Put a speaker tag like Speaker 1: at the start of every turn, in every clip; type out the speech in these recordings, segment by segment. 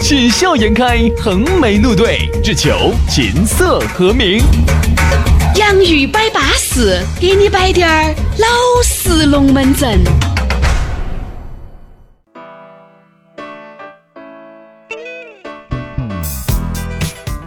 Speaker 1: 喜笑颜开，横眉怒对，只求琴瑟和鸣。
Speaker 2: 洋芋摆巴士，给你摆点儿老式龙门阵。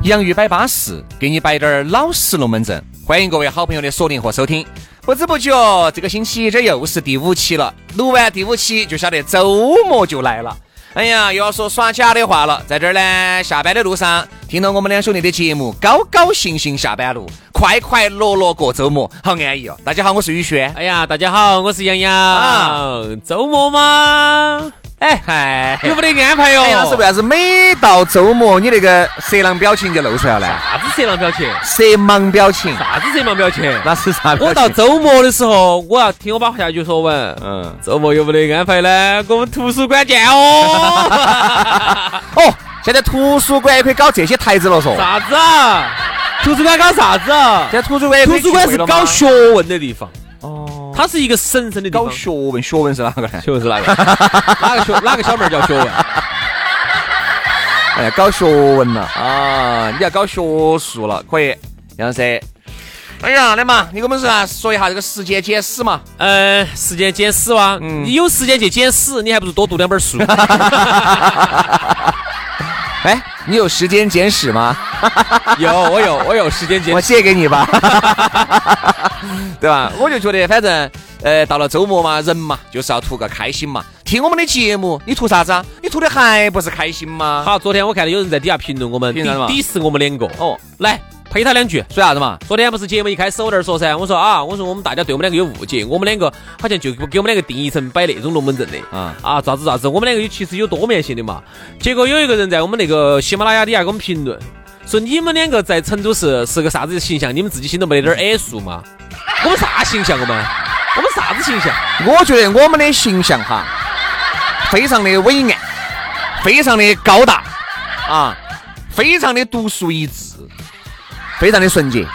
Speaker 3: 洋芋摆巴适，给你摆点儿老实龙门阵。欢迎各位好朋友的锁定和收听。不知不觉哦，这个星期这又是第五期了。录完第五期，就晓得周末就来了。哎呀，又要说耍假的话了。在这儿呢，下班的路上听到我们两兄弟的节目，高高兴兴下班路，快快乐乐过周末，好安逸哦。大家好，我是宇轩。
Speaker 4: 哎呀，大家好，我是杨洋。
Speaker 3: 啊
Speaker 4: 周末嘛，哎，
Speaker 3: 嗨，
Speaker 4: 有没得安排哟？
Speaker 3: 哎呀，老师为啥子每到周末你那个色狼表情就露出来了？
Speaker 4: 啥子色狼表情？
Speaker 3: 色盲表情，
Speaker 4: 啥子色狼表情？
Speaker 3: 那是啥表
Speaker 4: 我
Speaker 3: 情？
Speaker 4: 到周末的时候，我要听我把下句说完。
Speaker 3: 嗯。
Speaker 4: 周末有没得安排呢？我们图书馆见 哦。
Speaker 3: 哦，现在图书馆也可以搞这些台子了，说。
Speaker 4: 啥子啊？图书馆搞啥子啊？
Speaker 3: 现在图书馆也可
Speaker 4: 图
Speaker 3: 以
Speaker 4: 书馆是
Speaker 3: 聚会了吗
Speaker 4: 搞学问的地方，
Speaker 3: 哦，
Speaker 4: 它是一个神圣的地
Speaker 3: 搞
Speaker 4: 方。
Speaker 3: 学问，学问是哪个 呢？
Speaker 4: 学问是哪个？哪个学哪个小妹儿叫学 问？
Speaker 3: 哎，搞学问了啊！你要搞学术了，可以，杨老师。哎呀，那嘛，你给我们说啊说一下这个时间简史嘛。
Speaker 4: 呃，时间捡屎哇！
Speaker 3: 嗯
Speaker 4: 你有时间去捡屎，你还不如多读两本 书。
Speaker 3: 哎，你有时间简史吗？
Speaker 4: 有，我有，我有时间捡
Speaker 3: 我。借给你吧，对吧？我就觉得，反正呃，到了周末嘛，人嘛就是要图个开心嘛。听我们的节目，你图啥子啊？你图的还不是开心吗？
Speaker 4: 好，昨天我看到有人在底下评论我们，
Speaker 3: 评论了吗
Speaker 4: 抵视我们两个。
Speaker 3: 哦，
Speaker 4: 来呸他两句。
Speaker 3: 说啥子嘛？
Speaker 4: 昨天不是节目一开始我在那儿说噻，我说啊，我说我们大家对我们两个有误解，我们两个好像就给我们两个定义成摆那种龙门阵的
Speaker 3: 啊
Speaker 4: 啊，咋子咋子，我们两个有其实有多面性的嘛。结果有一个人在我们那个喜马拉雅底下给我们评论，说你们两个在成都市是个啥子形象？你们自己心头没得点儿矮数吗？我们啥形象我们？我们啥子形象？
Speaker 3: 我觉得我们的形象哈，非常的伟岸，非常的高大啊，非常的独树一帜，非常的纯洁。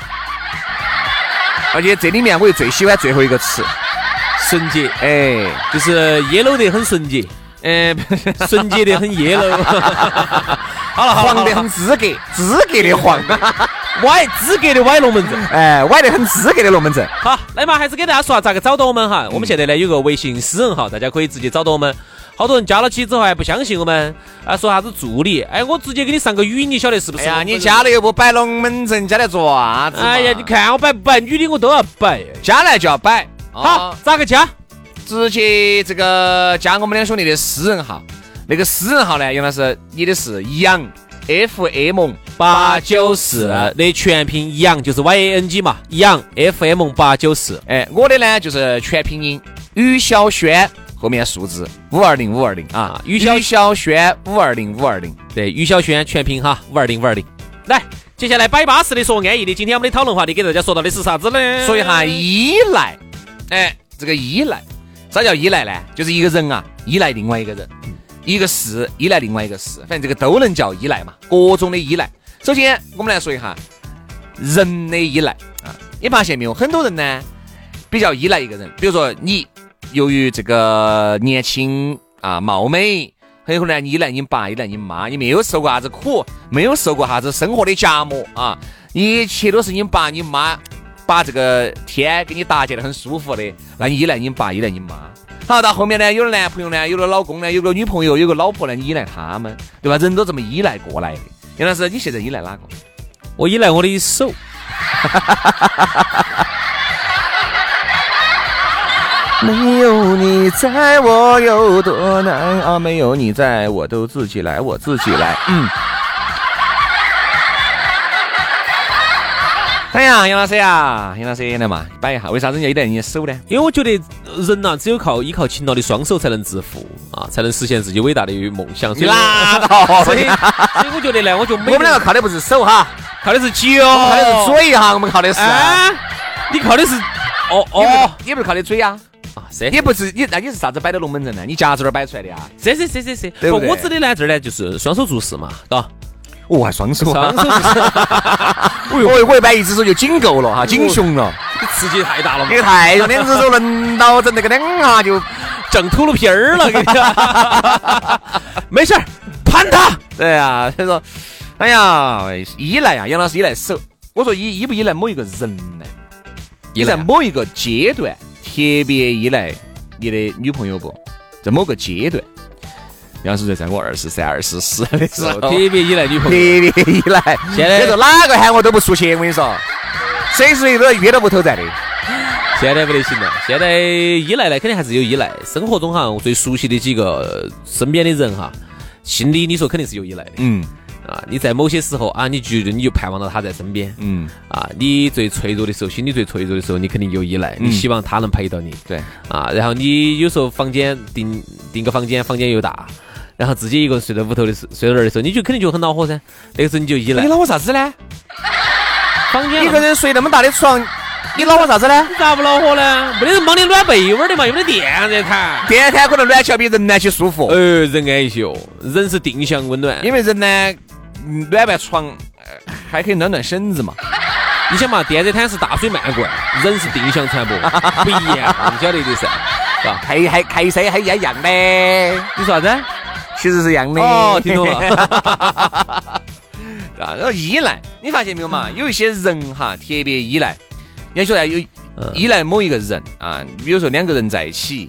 Speaker 3: 而且这里面我又最喜欢最后一个词，
Speaker 4: 纯洁，
Speaker 3: 哎，
Speaker 4: 就是 yellow 得很纯洁，
Speaker 3: 嗯、
Speaker 4: 纯洁得很 yellow。好了好了，
Speaker 3: 黄得很资格，资格的黄，
Speaker 4: 歪资格的歪龙门阵。
Speaker 3: 哎，歪得很资格的龙门阵。
Speaker 4: 好，来嘛，还是给大家说下咋个找到我们
Speaker 3: 嗯
Speaker 4: 哈。我们现在呢有个微信私人号，大家可以直接找到我们。好多人加了起之后还不相信我们，啊，说啥子助理，哎，我直接给你上个语音，你晓得是不
Speaker 3: 哎
Speaker 4: 是？
Speaker 3: 呀，你加了又不摆龙门阵，加来做啥子嘛？
Speaker 4: 哎呀，你看我摆不摆，女的我都要摆。
Speaker 3: 加来就要摆，
Speaker 4: 好，咋个加？
Speaker 3: 直接这个加我们两兄弟的私人号，那个私人号呢，原来是你的是杨 FM
Speaker 4: 八九四的全拼杨就是 Y A N G 嘛，杨 F M 八九四。
Speaker 3: 哎，我的呢就是全拼音于小轩，后面数字五二零五二零啊，
Speaker 4: 于小
Speaker 3: 小轩五二零五二零，
Speaker 4: 对，于小轩全拼哈，五二零五二零。来，接下来摆巴适的说安逸的，今天我们的讨论话题给大家说到的是啥子呢？
Speaker 3: 说一下依赖，哎，这个依赖，啥叫依赖呢？就是一个人啊依赖另外一个人，一个事依赖另外一个事，反正这个都能叫依赖嘛，各种的依赖。首先我们来说一下人的依赖啊，你发现没有？很多人呢比较依赖一个人，比如说你由于这个年轻啊貌美。很有可能呢你依赖你爸，依赖你妈，你没有受过啥子苦，没有受过啥子生活的夹磨啊，一切都是你爸你妈把这个天给你搭建得很舒服的，那你依赖你爸，依赖你妈。好，到后面呢，有了男朋友呢，有了老公呢，有了女朋友，有个老婆呢，你依赖他们，对吧？人都这么依赖过来的。杨老师，你现在依赖哪个？
Speaker 4: 我依赖我的手。
Speaker 3: 没有你在我有多难啊！没有你在我都自己来，我自己来。嗯。哎呀，杨老师呀，杨老师来嘛，摆一下，为啥人家依赖人家手呢？
Speaker 4: 因为我觉得呃人呐、只有靠依靠勤劳的双手才能致富啊，才能实现自己伟大的梦想。所以我
Speaker 3: 拉倒
Speaker 4: 所以，所以我觉得呢，我就
Speaker 3: 我
Speaker 4: 每
Speaker 3: 们两个哦靠的不是手哈，
Speaker 4: 靠的是脚，
Speaker 3: 靠的是。嘴哈，我们靠的是。
Speaker 4: 哎，你靠的是哦哦
Speaker 3: 啊哦，，你不是靠的嘴呀？
Speaker 4: 啊是
Speaker 3: 你不是你，那你是啥子摆的龙门阵呢？你夹子那儿摆出来的呀？
Speaker 4: 是是是是是，
Speaker 3: 对不对
Speaker 4: 我指的呢这儿呢就是双手做事嘛，嘎，
Speaker 3: 哦，还双手哦
Speaker 4: 双手 做事
Speaker 3: 我我一般一只手就紧够了哈，紧熊了。
Speaker 4: 刺激太大了嘛
Speaker 3: 你，太用两只手轮到整那个两下就，
Speaker 4: 整秃噜皮儿了，给你。 没事儿，盘他。
Speaker 3: 对呀，所以说，哎呀，依赖啊，杨老师依赖手。我说依依不依赖某一个人呢？ 你在
Speaker 4: 啊
Speaker 3: 某一个阶段特别依赖你的女朋友不？在某个阶段，杨老师在我二十三、二十四的时候，
Speaker 4: 特别依赖女朋
Speaker 3: 特
Speaker 4: 友。
Speaker 3: 别依赖。
Speaker 4: 现在
Speaker 3: 你说哪个喊我都不出去，我跟你说，随时都约到屋头在的。
Speaker 4: 现在不得行了，现在依赖呢，肯定还是有依赖。生活中哈，我最熟悉的几个身边的人哈，心里你说肯定是有依赖的、
Speaker 3: 嗯
Speaker 4: 啊。你在某些时候啊，你觉得你就盼望到他在身边
Speaker 3: 嗯，
Speaker 4: 啊。你最脆弱的时候，心里最脆弱的时候，你肯定有依赖，你
Speaker 3: 嗯
Speaker 4: 希望他能陪到你
Speaker 3: 对，
Speaker 4: 啊。然后你有时候房间订订个房间，房间又大。然后自己一个人睡在屋头的时候睡到那儿的时候，你就肯定就很恼火噻。那个时候你就依赖
Speaker 3: 你，恼火啥子呢？
Speaker 4: 房间
Speaker 3: 一个人睡那么大的床，你恼火啥子呢？
Speaker 4: 你咋不恼火呢？没得人帮你暖被窝的嘛，又没得电热毯。
Speaker 3: 电毯可能暖气要比人暖气舒服，
Speaker 4: 呃，人安逸些哦，人是定向温暖。
Speaker 3: 因为人呢，嗯暖完床呃还可以暖暖身子嘛。
Speaker 4: 你想嘛，电热毯是大水漫灌，人是定向传 播，不一样，你晓得的噻，是吧？
Speaker 3: 还还开噻，还一样的，
Speaker 4: 你说啥子？
Speaker 3: 其实是一样的。
Speaker 4: 哦，听懂了。
Speaker 3: 啊，然后依赖，你发现没有嘛？有一些人哈，特别依赖，你晓得有依赖某一个人啊，比如说两个人在一起，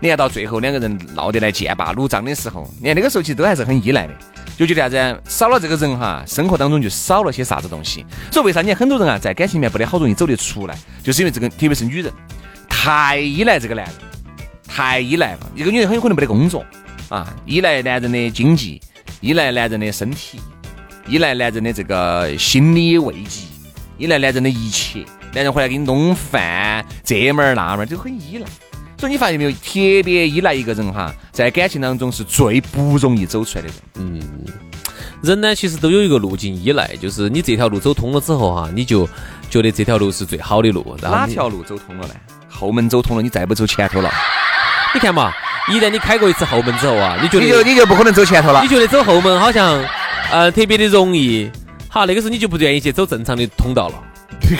Speaker 3: 你看到最后两个人闹得来剑拔弩张的时候，你看那个时候其实都还是很依赖的，就觉得啥子，啊少了这个人哈，生活当中就少了些啥子东西。所以为啥你看很多人啊，在感情里面不得好容易走得出来，就是因为这个，特别是女人太依赖这个男人，太依赖了。一个女人很有可能没得工作啊，依赖男人的经济，依赖男人的身体。依赖男人的这个心理慰藉，依赖男人的一切，男人回来给你弄饭，这门儿那门儿就很依赖。所以你发现没有，特别依赖一个人哈，在感情当中是最不容易走出来的人。
Speaker 4: 人呢，其实都有一个路径依赖，就是你这条路走通了之后哈、啊你就觉得这条路是最好的路。然后
Speaker 3: 哪
Speaker 4: 你
Speaker 3: 条路走通了呢？后门走通了，你再不走前头了，
Speaker 4: 你看嘛，一旦你开过一次后门之后啊，你觉得
Speaker 3: 你就你就不可能走前头了
Speaker 4: 你。觉得走后门好像呃特别的容易，好，那个时候你就不愿意去走正常的通道 了，是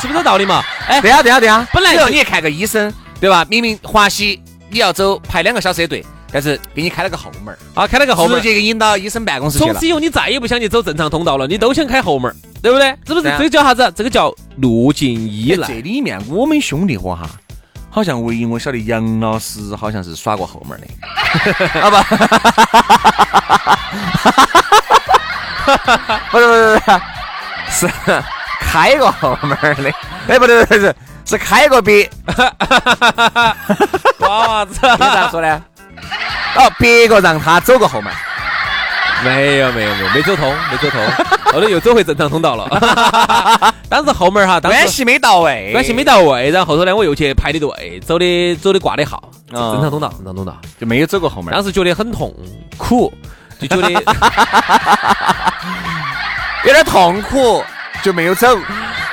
Speaker 4: 不是这道理嘛？哎，
Speaker 3: 对呀、对呀、对呀、
Speaker 4: 本来
Speaker 3: 比如
Speaker 4: 就
Speaker 3: 你看个医生，对吧？明明华西你要走排两个小时的队，但是给你开了个后门儿，
Speaker 4: 啊，开了个后门
Speaker 3: 直，接给你引到医生办公室去
Speaker 4: 从
Speaker 3: 了
Speaker 4: 此。以后你再也不想去走正常通道了，你都想开后门，对不对？是不是
Speaker 3: 对？啊
Speaker 4: 这个叫啥子？这个叫路径依赖。
Speaker 3: 这里面我们兄弟伙哈，好像唯一我晓得杨老师好像是耍过后门 的，啊不，不是不是不是，是开过后门的，哎不对不对不是，是开过别，
Speaker 4: 瓜娃子，
Speaker 3: 你咋说 呢？哦，别个让他走过后门，
Speaker 4: 没有没有没有，没走通，没 走通，后头又走回正常通道了。 当时后门哈，当时
Speaker 3: 关系没到位，
Speaker 4: 关系没到位，然后后头呢，我又去排的队，走的走的挂的号，正
Speaker 3: 哦
Speaker 4: 常通道，正常通道。
Speaker 3: 就没有走过后门。
Speaker 4: 当时觉得很痛苦，就觉得
Speaker 3: 有点痛苦就没有走，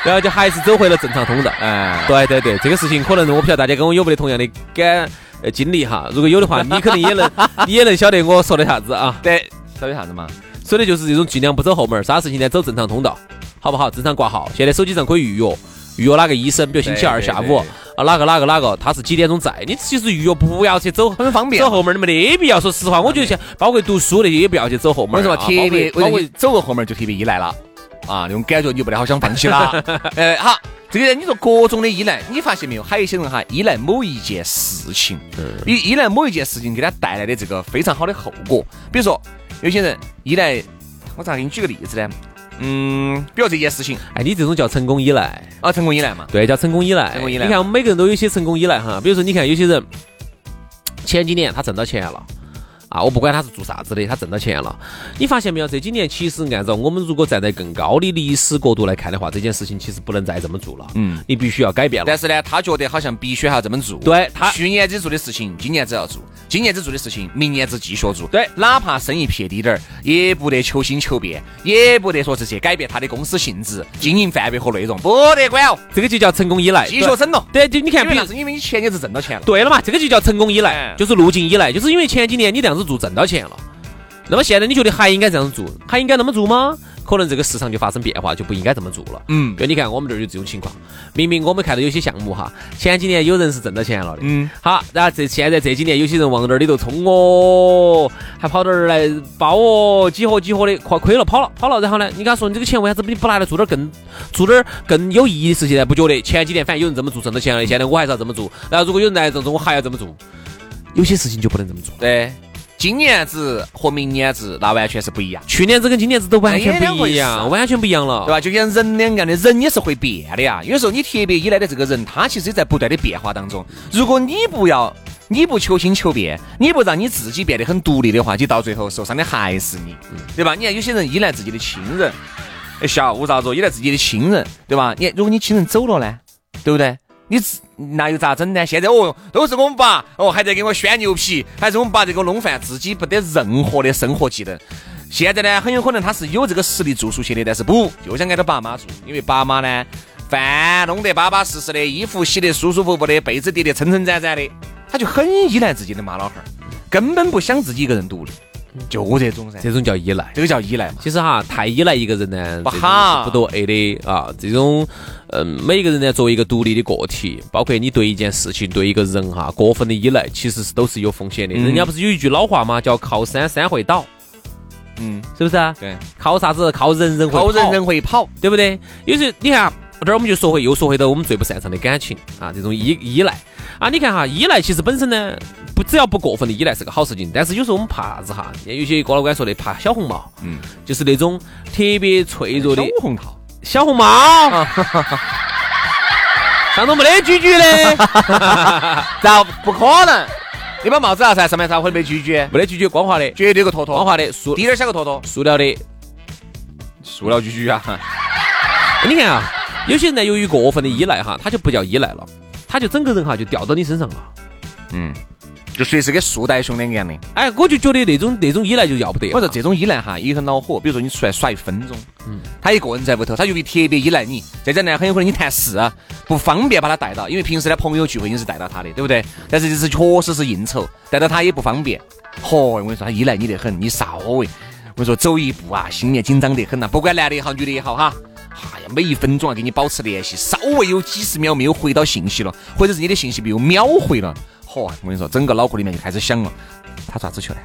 Speaker 4: 然后就还是走回了正常通道。
Speaker 3: 哎，
Speaker 4: 对对对，这个事情可能我不晓得大家跟我有没得同样的感呃经历哈，如果有的 话，你肯定也能 你也能晓得我说的啥子啊，
Speaker 3: 对，晓得啥子嘛？
Speaker 4: 说的就是这种尽量不走后门儿，啥事情呢走正常通道，好不好？正常挂号，现在手机上可以预约。预约哪个医生，比如星期二
Speaker 3: 对
Speaker 4: 下
Speaker 3: 对
Speaker 4: 午啊，哪个哪个哪个，他是几点钟在？你其实预约不要去走
Speaker 3: 很方便
Speaker 4: 走后门儿的没得必要。说实话，我觉得像包括读书那些也不要去走后
Speaker 3: 我
Speaker 4: 门
Speaker 3: 跟
Speaker 4: 儿
Speaker 3: 你
Speaker 4: 啊。
Speaker 3: 说嘛，特别
Speaker 4: 包括包括
Speaker 3: 我跟你走过后门就特别依赖了啊，那种感觉你就不得好想放弃 了。呃，好，这个你说各种的依赖，你发现没有？还有一些人哈，依赖某一件事情，依依赖某一件事情给他带来的这个非常好的后果。比如说，有些人依赖，我咋给你举个例子呢？嗯，比如这件事情
Speaker 4: 哎，你这种叫成功依赖。
Speaker 3: 啊，成功依赖嘛，
Speaker 4: 对，叫成功依赖。
Speaker 3: 成功依赖
Speaker 4: 你看，我们每个人都有一些成功依赖哈，比如说，你看有些人前几年他挣到钱了，啊，我不管他是做啥子的，他挣到钱了。你发现没有？这几年其实按照我们如果站在更高的历史角度来看的话，这件事情其实不能再这么做了。嗯，你必须要改变了
Speaker 3: 但。是呢，他觉得好像必须还要这么做。
Speaker 4: 对他
Speaker 3: 去年子做的事情，今年子要做；今年子做的事情，明年子继续做。
Speaker 4: 对
Speaker 3: 哪怕生意撇低点儿，也不得求新求变，也不得说是去改变他的公司性质、经营范围和内容，不得管哦，
Speaker 4: 这个就叫成功依赖，
Speaker 3: 继续整了。
Speaker 4: 哎对，对就你看，
Speaker 3: 因
Speaker 4: 比
Speaker 3: 为
Speaker 4: 如
Speaker 3: 啥子？因为你前年子挣到钱了。
Speaker 4: 对了嘛，这个就叫成功依赖
Speaker 3: 哎，
Speaker 4: 就是路径依赖，就是因为前几年你这样子做挣到钱了，那么现在你觉得还应该这样做，还应该那么做吗？可能这个市场就发生变化，就不应该这么做了。
Speaker 3: 嗯
Speaker 4: 就你看我们这儿有这种情况，明明我们看到有些项目哈，前几年有人是挣到钱了的，
Speaker 3: 嗯，
Speaker 4: 好，然后这现在这几年有些人往这儿里头冲哦，还跑这儿来包哦，几何几何的，快亏了跑了跑了，然后呢，你跟他说你这个钱为啥子你不拿来做点更做点更有意义的事情呢？不觉得前几年反正有人这么做挣到钱了，现在我还是要这么做，然后如果有人来这种，我还要这么做，有些事情就不能这么做。
Speaker 3: 对，今年子和明年子那完全是不一样。
Speaker 4: 去年子跟今年子都完全
Speaker 3: 哎两
Speaker 4: 不
Speaker 3: 回
Speaker 4: 一
Speaker 3: 事
Speaker 4: 样，完全不一样了
Speaker 3: 对。吧？就像人两样的，人也是会变的呀。有时候你特别依赖的这个人，他其实也在不断的变化当中。如果你不要，你不求新求变，你不让你自己变得很独立的话，你到最后受伤的还是你，对吧？你看有些人依赖自己的亲人，哎，下午咋着？依赖自己的亲人，对吧？你看如果你亲人走了呢，对不对？你自那又咋整呢？现在哦，都是我们爸哦，还在给我宣牛皮，还是我们爸这个弄饭，自己不得任何的生活技能。现在呢，很有可能他是有这个实力做出去的，但是不就想挨到爸妈做，因为爸妈呢，饭弄得巴巴适适的，衣服洗得舒舒服服的，被子叠得撑撑展展的，他就很依赖自己的妈老汉儿，根本不想自己一个人独立，就这种噻，
Speaker 4: 这种叫依赖。
Speaker 3: 这个叫依赖嘛。
Speaker 4: 其实哈，太依赖一个人呢，
Speaker 3: 不
Speaker 4: 这种
Speaker 3: 好
Speaker 4: 是不对的啊。这种，嗯，每一个人呢，作为一个独立的个体，包括你对一件事情、对一个人哈，过分的依赖，其实是都是有风险的。人家不是有一句老话吗？叫靠山山会倒，
Speaker 3: 嗯，
Speaker 4: 是不是啊？
Speaker 3: 对，
Speaker 4: 靠啥子？靠人人会
Speaker 3: 靠人
Speaker 4: 跑
Speaker 3: 人会跑，
Speaker 4: 对不对？有时候你看啊，这儿我们就说回又说回到我们最不擅长的感情啊，这种依依赖啊，你看哈，依赖其实本身呢，不只要不过分的依赖是个好事情，但是有时候我们怕啥子哈？有些郭老倌说的怕小红帽，嗯，就是那种特别脆弱的
Speaker 3: 小红桃。
Speaker 4: 小红帽。啊 上头没得居居 的，
Speaker 3: 咋不可能？你把帽子拿噻，上面咋会没居居？
Speaker 4: 没得居居，光滑的，
Speaker 3: 绝对有个坨坨，
Speaker 4: 光滑的，塑
Speaker 3: 滴点儿像个坨坨，
Speaker 4: 塑料的，
Speaker 3: 塑料居居啊。
Speaker 4: 你看啊，有些人呢，由于过分的依赖哈，他就不叫依赖了，他就整个人哈就掉到你身上了。
Speaker 3: 嗯，就随时跟树袋兄弟一样的。
Speaker 4: 哎，我就觉得那种那种依赖就要不得。啊
Speaker 3: 我说这种依赖哈也很恼火，比如说你出来耍一分钟，嗯，他一个人在屋头，他由于特别依赖你，再者呢，很有可能你谈事啊不方便把他带到，因为平时的朋友聚会你是带到他的，对不对？但是这次确实是应酬，带到他也不方便。嚯、我跟你说，他依赖你得很，你稍微，我跟你说走一步啊，心里面紧张得很呐、不管男的也好，女的也好哈。哎呀，每一分钟啊，跟你保持联系，稍微有几十秒没有回到信息了，或者是你的信息被又秒回了，嚯、我跟你说，整个脑壳里面就开始想了，他咋子去了？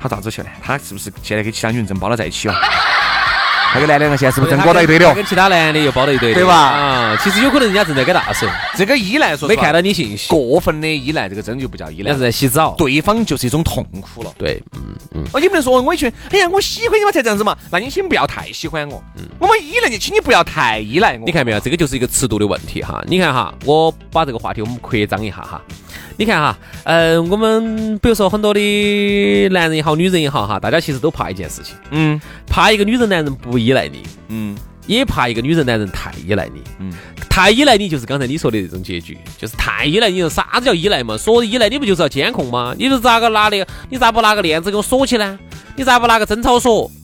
Speaker 3: 他咋子去了？他是不是现在跟其他女人正包了在一起哦？ 那个男的现在是不是正裹到一堆的
Speaker 4: 他
Speaker 3: 哦
Speaker 4: 跟？其他男的又包到一堆的，
Speaker 3: 对吧
Speaker 4: 啊，其实有可能人家正在给大手，
Speaker 3: 这个依赖说
Speaker 4: 没看
Speaker 3: 到
Speaker 4: 到你信息，
Speaker 3: 过分的依赖，这个真就不叫依
Speaker 4: 人
Speaker 3: 赖
Speaker 4: 家是，在洗澡。
Speaker 3: 对方就是一种痛苦了。
Speaker 4: 对，嗯嗯，
Speaker 3: 哦，你不能说我一群，哎呀，我喜欢你嘛才这样子嘛，那你先不要太喜欢我，我们依赖你，请嗯你不要太依赖我。
Speaker 4: 你看没有，这个就是一个尺度的问题哈。你看哈，我把这个话题我们扩张一下哈。你看哈，嗯、我们比如说很多的男人也好，女人也好哈，大家其实都怕一件事情，
Speaker 3: 嗯，
Speaker 4: 怕一个女人男人不依赖你，
Speaker 3: 嗯
Speaker 4: 也怕一个女人男人太依赖你。
Speaker 3: 嗯，
Speaker 4: 太依赖你就是刚才你说的这种结局，就是太依赖你了。啥子叫依赖嘛？说依赖你不就是要监控吗？你是咋个拿的？你咋不拿个链子给我锁起呢？你咋不拿个针草锁？
Speaker 3: 嗯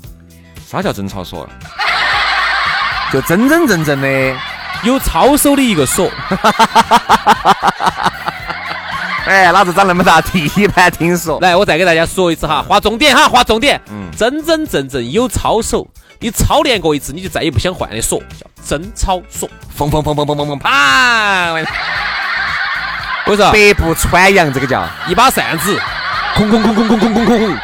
Speaker 3: 啥叫争吵说？就真真正正的，
Speaker 4: 有操守的一个锁，
Speaker 3: 哎，老子长那么大第一盘听说。
Speaker 4: 来，我再给大家说一次哈，划重点哈，划重点。
Speaker 3: 嗯
Speaker 4: 真真正正有操守，你操练过一次，你就再也不想换的锁，叫真操锁。
Speaker 3: 砰砰砰砰砰砰砰，啪！
Speaker 4: 我跟你说，
Speaker 3: 百步穿杨，这个叫。
Speaker 4: 一把扇子，空空空空空空空空空，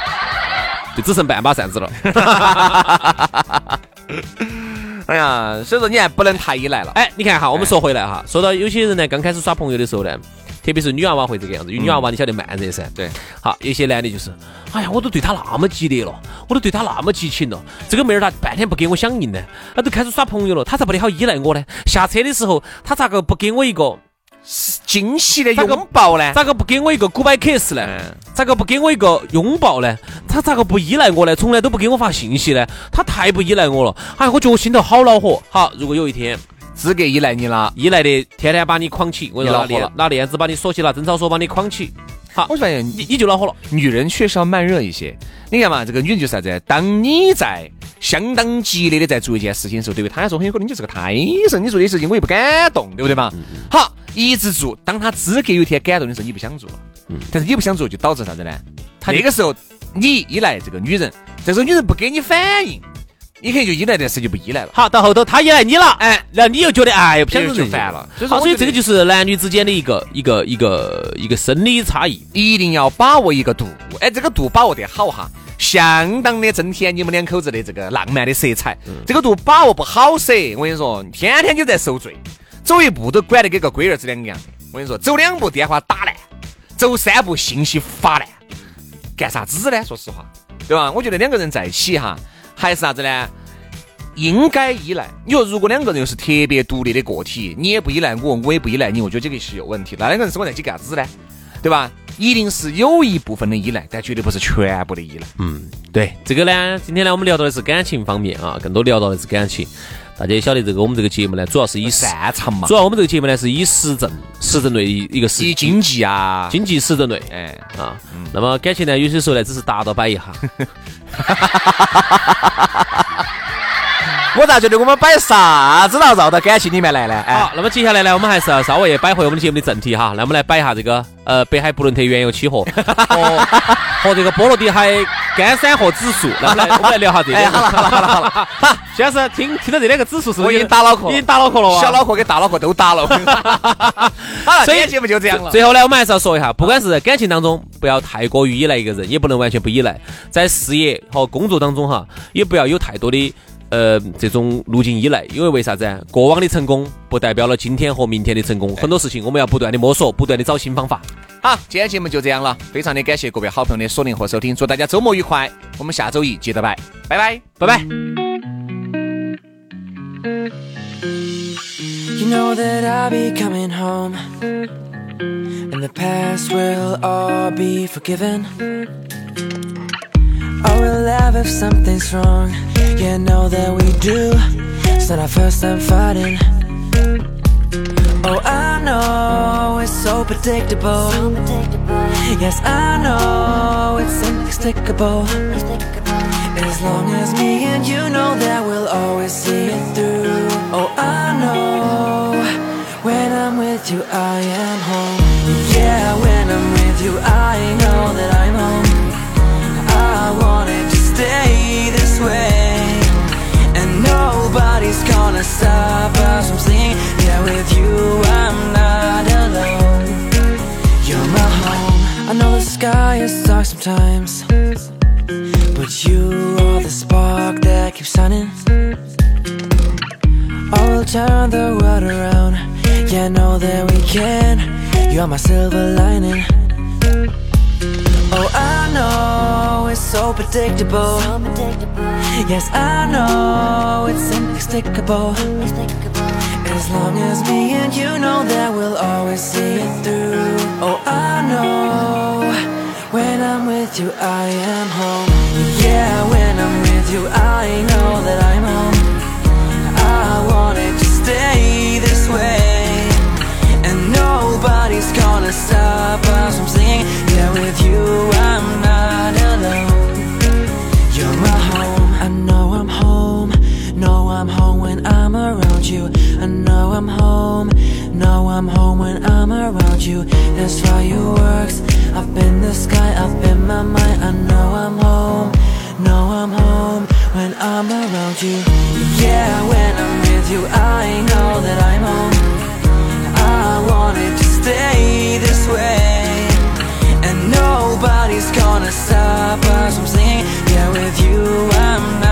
Speaker 4: 就只剩半把扇子了。
Speaker 3: 哎呀，所以说你还不能太依赖了。
Speaker 4: 哎，你看哈，我们说回来哈，
Speaker 3: 哎
Speaker 4: 说到有些人呢，刚开始耍朋友的时候呢，特别是女娃娃会这个样子，因为女娃娃你晓得慢热噻。
Speaker 3: 嗯对。
Speaker 4: 好，有些男的就是，哎呀，我都对她那么激烈了，我都对她那么激情了，这个妹儿她半天不给我响应呢，她都开始耍朋友了，她咋不得好依赖我呢？下车的时候，她咋个不给我一个
Speaker 3: 惊喜的
Speaker 4: 咋个
Speaker 3: 拥抱呢？
Speaker 4: 咋个不给我一个 goodbye kiss 呢？
Speaker 3: 嗯
Speaker 4: 咋个不给我一个拥抱呢？他咋个不依赖我呢？从来都不给我发信息呢？他太不依赖我了，哎，我觉得我心头好恼火。好，如果有一天
Speaker 3: 资格依赖你了。
Speaker 4: 依赖的天天把你框起，我就
Speaker 3: 你恼
Speaker 4: 拿
Speaker 3: 火
Speaker 4: 链
Speaker 3: 了
Speaker 4: 拿链子把你锁起，拿针草锁把你框起，好
Speaker 3: 我，发现
Speaker 4: 你你就恼火了。
Speaker 3: 女人确实要慢热一些。你看嘛，这个女人就是啥子？当你在相当激烈的在做一件事情的时候，对于她来说，很有可能你就是个胎神，你做的事情我又不敢动，对不对嘛？
Speaker 4: 嗯
Speaker 3: 好，一直做。当她资格有一天感动的时候，你不想做了。但是你不想做，就导致啥子呢？
Speaker 4: 嗯她就
Speaker 3: 那个时候你依赖这个女人，这时候女人不给你反应，你可能就依赖但是就不依赖了。
Speaker 4: 好，到后头他依赖你了，
Speaker 3: 哎，
Speaker 4: 然后你又觉得哎，不想
Speaker 3: 就
Speaker 4: 惹人
Speaker 3: 就烦了所以
Speaker 4: 好，
Speaker 3: 说我
Speaker 4: 所以
Speaker 3: 觉得
Speaker 4: 这个就是男女之间的一个一个一个一个生理差异。
Speaker 3: 一定要把握一个度，哎，这个度把握得好哈，相当的增添你们两口子的这个浪漫的色彩。这个度把握不好噻，我跟你说，天天就在受罪，走一步都管得跟个龟儿子两样。我跟你说，走两步电话打烂，走三步信息发烂，干啥子呢？说实话，对吧？我觉得两个人在一起哈，还是啥子呢？应该依赖。你说，如果两个人又是特别独立的个体，你也不依赖我，我也不依赖你，我觉得这个是有问题的。那两个人生活在一起干啥子呢？对吧？一定是有一部分的依赖，但绝对不是全部的依赖。
Speaker 4: 嗯，对，这个呢，今天呢，我们聊到的是感情方面啊，更多聊到的是感情。大家也晓得这个我们这个节目呢，主要是以
Speaker 3: 你擅长嘛
Speaker 4: 主？要我们这个节目呢是以时政时政类一个
Speaker 3: 以
Speaker 4: 事
Speaker 3: 经济啊，
Speaker 4: 经济时政类
Speaker 3: 哎，
Speaker 4: 啊。那么感情呢，有些时候呢只是搭到摆一下，
Speaker 3: 我咋觉得我们摆啥子了，绕到感情里面来呢？哎，
Speaker 4: 好，那么接下来呢，我们还是要稍微摆回我们的节目的正题哈。那我们来摆一下这个呃，北海布伦特原油期货 和和这个波罗的海干散货指数。那我们来我们来聊下这
Speaker 3: 哎
Speaker 4: 个。好了好了好了好了， 好，先是听听到这两个指数是不是
Speaker 3: 我已
Speaker 4: 有点
Speaker 3: 经打脑壳了
Speaker 4: 已经打脑壳了哇
Speaker 3: 小脑壳跟大脑壳都打 了。好了，今天节目就这样了。
Speaker 4: 最后呢，我们还是要说一下，不管是在感情当中，不要太过于依赖一个人，也不能完全不依赖；在事业和工作当中哈，也不要有太多的呃这种路径依赖，因为为啥子啊？过往的成功不代表了今天和明天的成功，很多事情我们要不断的摸索，不断的找新方法。
Speaker 3: 好，今天节目就这样了，非常的感谢各位好朋友的锁定和收听，祝大家周末愉快。我们下周一接着拜，拜拜。
Speaker 4: 拜拜。
Speaker 5: You know that I'll be coming home. And the past will all be forgiven. Oh, we'll laugh if something's wrong. Yeah, know that we do. It's not our first time fighting. Oh, I know it's so predictable. Yes, I know it's inexplicable. As long as me and you know that we'll always see it through. Oh, I know when I'm with you, I am home. Yeah, when I'm with you, I know that I'm home. I wanted to stay this way, and nobody's gonna stop us from singing. Yeah, with you, I'm not alone. You're my home. I know the sky is dark sometimes. But you are the spark that keeps shining. I will turn the world around. Yeah, I know that we can. You are my silver lining. Oh, I know it's so predictable. Yes, I know it's inexplicable. As long as me and you know that we'll always see it through. Oh, I know when I'm with you, I am home. Yeah, when I'm with you, I know that I'm home. I wanted to stay this way, and nobody's gonna stop us from singing. Yeah, with you, I'm not alone. You're my home. I know I'm home. Know I'm home when I'm around you. I know I'm home. Know I'm home when I'm around you. That's why you works. I've been the sky. I've been my mind. I know I'm home. Know I'm home when I'm around you. Yeah, when I'm with you, I know that I'm home. I wanted to stay this way, and nobody's gonna stop us from singing. Yeah, with you, I'm not.